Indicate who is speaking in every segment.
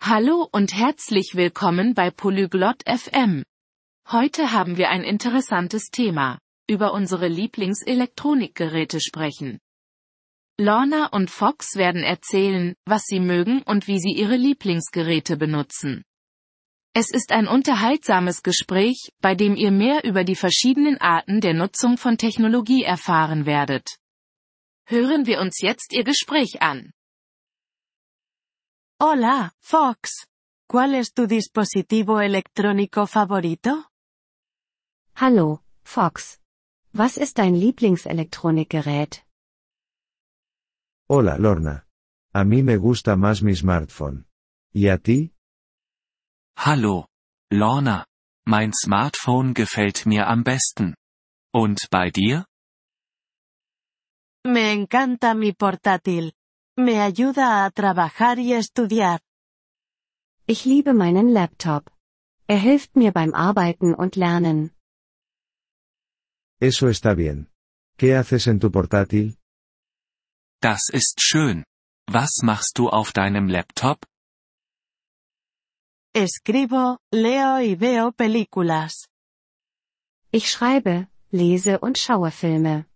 Speaker 1: Hallo und herzlich willkommen bei Polyglot FM. Heute haben wir ein interessantes Thema. Über unsere Lieblingselektronikgeräte sprechen. Lorna und Fox werden erzählen, was sie mögen und wie sie ihre Lieblingsgeräte benutzen. Es ist ein unterhaltsames Gespräch, bei dem ihr mehr über die verschiedenen Arten der Nutzung von Technologie erfahren werdet. Hören wir uns jetzt ihr Gespräch an.
Speaker 2: Hola, Fox. ¿Cuál es tu dispositivo electrónico favorito?
Speaker 3: Hallo, Fox. Was ist dein Lieblingselektronikgerät?
Speaker 4: Hola, Lorna. A mí me gusta más mi smartphone. ¿Y a ti?
Speaker 5: Hallo, Lorna. Mein Smartphone gefällt mir am besten. Und bei dir?
Speaker 2: Me encanta mi portátil. Me ayuda a trabajar y estudiar.
Speaker 3: Ich liebe meinen Laptop. Er hilft mir beim Arbeiten und Lernen.
Speaker 4: Eso está bien. ¿Qué haces en tu portátil?
Speaker 5: Das ist schön. Was machst du auf deinem Laptop?
Speaker 2: Escribo, leo y veo películas.
Speaker 3: Ich schreibe, lese und schaue Filme.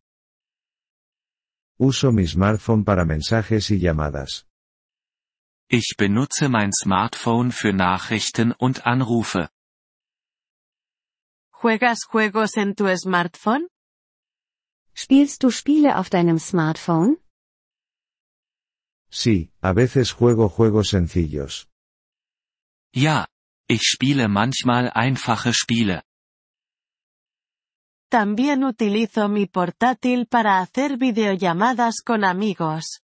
Speaker 4: Uso mi smartphone para mensajes y llamadas.
Speaker 5: Ich benutze mein Smartphone für Nachrichten und Anrufe.
Speaker 2: ¿Juegas juegos en tu smartphone?
Speaker 3: Spielst du Spiele auf deinem Smartphone?
Speaker 4: Sí, a veces juego juegos sencillos.
Speaker 5: Ja, ich spiele manchmal einfache Spiele.
Speaker 2: También utilizo mi portátil para hacer videollamadas con amigos.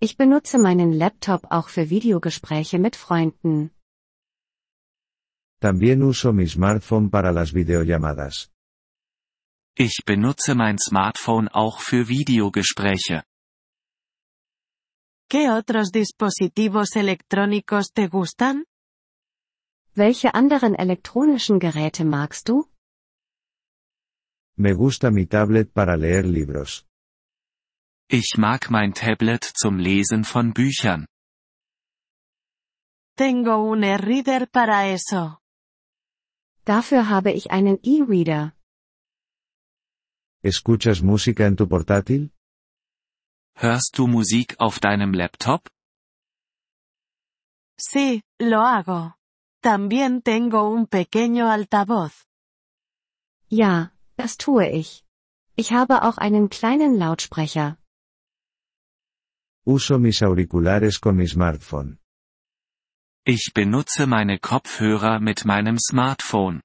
Speaker 3: Ich benutze meinen Laptop auch für Videogespräche mit Freunden.
Speaker 4: También uso mi smartphone para las videollamadas.
Speaker 5: Ich benutze mein Smartphone auch für Videogespräche.
Speaker 2: ¿Qué otros dispositivos electrónicos te gustan?
Speaker 3: Welche anderen elektronischen Geräte magst du?
Speaker 4: Me gusta mi tablet para leer libros.
Speaker 5: Ich mag mein Tablet zum Lesen von Büchern.
Speaker 2: Tengo un e-reader para eso.
Speaker 3: Dafür habe ich einen E-Reader.
Speaker 4: ¿Escuchas música en tu portátil?
Speaker 5: Hörst du Musik auf deinem Laptop?
Speaker 2: Sí, lo hago. También tengo un pequeño altavoz.
Speaker 3: Ja, das tue ich. Ich habe auch einen kleinen Lautsprecher.
Speaker 4: Uso mis auriculares con mi smartphone.
Speaker 5: Ich benutze meine Kopfhörer mit meinem Smartphone.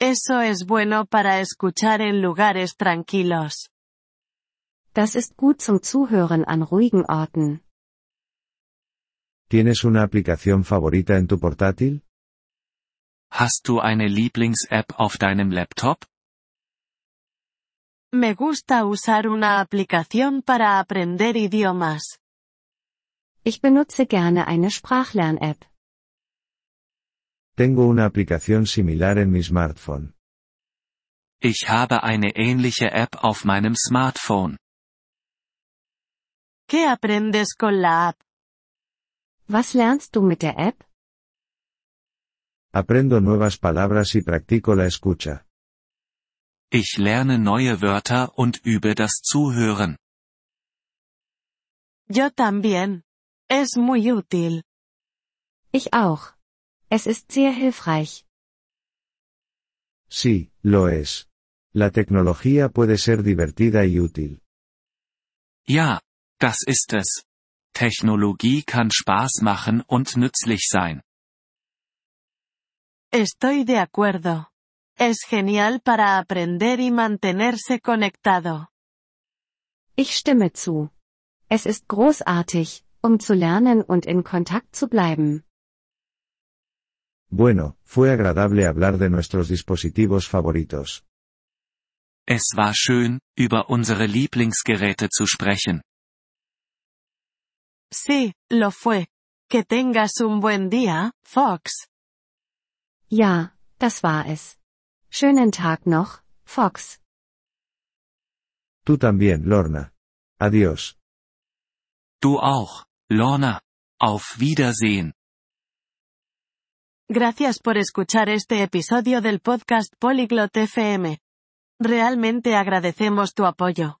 Speaker 2: Eso es bueno para escuchar en lugares tranquilos.
Speaker 3: Das ist gut zum Zuhören an ruhigen Orten.
Speaker 4: ¿Tienes una aplicación favorita en tu portátil?
Speaker 5: Hast du eine Lieblings-App auf deinem Laptop?
Speaker 2: Me gusta usar una aplicación para aprender idiomas.
Speaker 3: Ich benutze gerne eine Sprachlern-App.
Speaker 4: Tengo una aplicación similar en mi smartphone.
Speaker 5: Ich habe eine ähnliche App auf meinem Smartphone.
Speaker 2: ¿Qué aprendes con la app?
Speaker 3: Was lernst du mit der App?
Speaker 4: Aprendo nuevas palabras y practico la escucha.
Speaker 5: Ich lerne neue Wörter und übe das Zuhören.
Speaker 2: Yo también. Es muy útil.
Speaker 3: Ich auch. Es ist sehr hilfreich.
Speaker 4: Sí, lo es. La tecnología puede ser divertida y útil.
Speaker 5: Ja, das ist es. Technologie kann Spaß machen und nützlich sein.
Speaker 2: Estoy de acuerdo. Es genial para aprender y mantenerse conectado.
Speaker 3: Ich stimme zu. Es ist großartig, um zu lernen und in Kontakt zu bleiben.
Speaker 4: Bueno, fue agradable hablar de nuestros dispositivos favoritos.
Speaker 5: Es war schön, über unsere Lieblingsgeräte zu sprechen.
Speaker 2: Sí, lo fue. Que tengas un buen día, Fox.
Speaker 3: Ja, das war es. Schönen Tag noch, Fox.
Speaker 4: Tú también, Lorna. Adiós.
Speaker 5: Du auch, Lorna. Auf Wiedersehen.
Speaker 2: Gracias por escuchar este episodio del podcast Polyglot FM. Realmente agradecemos tu apoyo.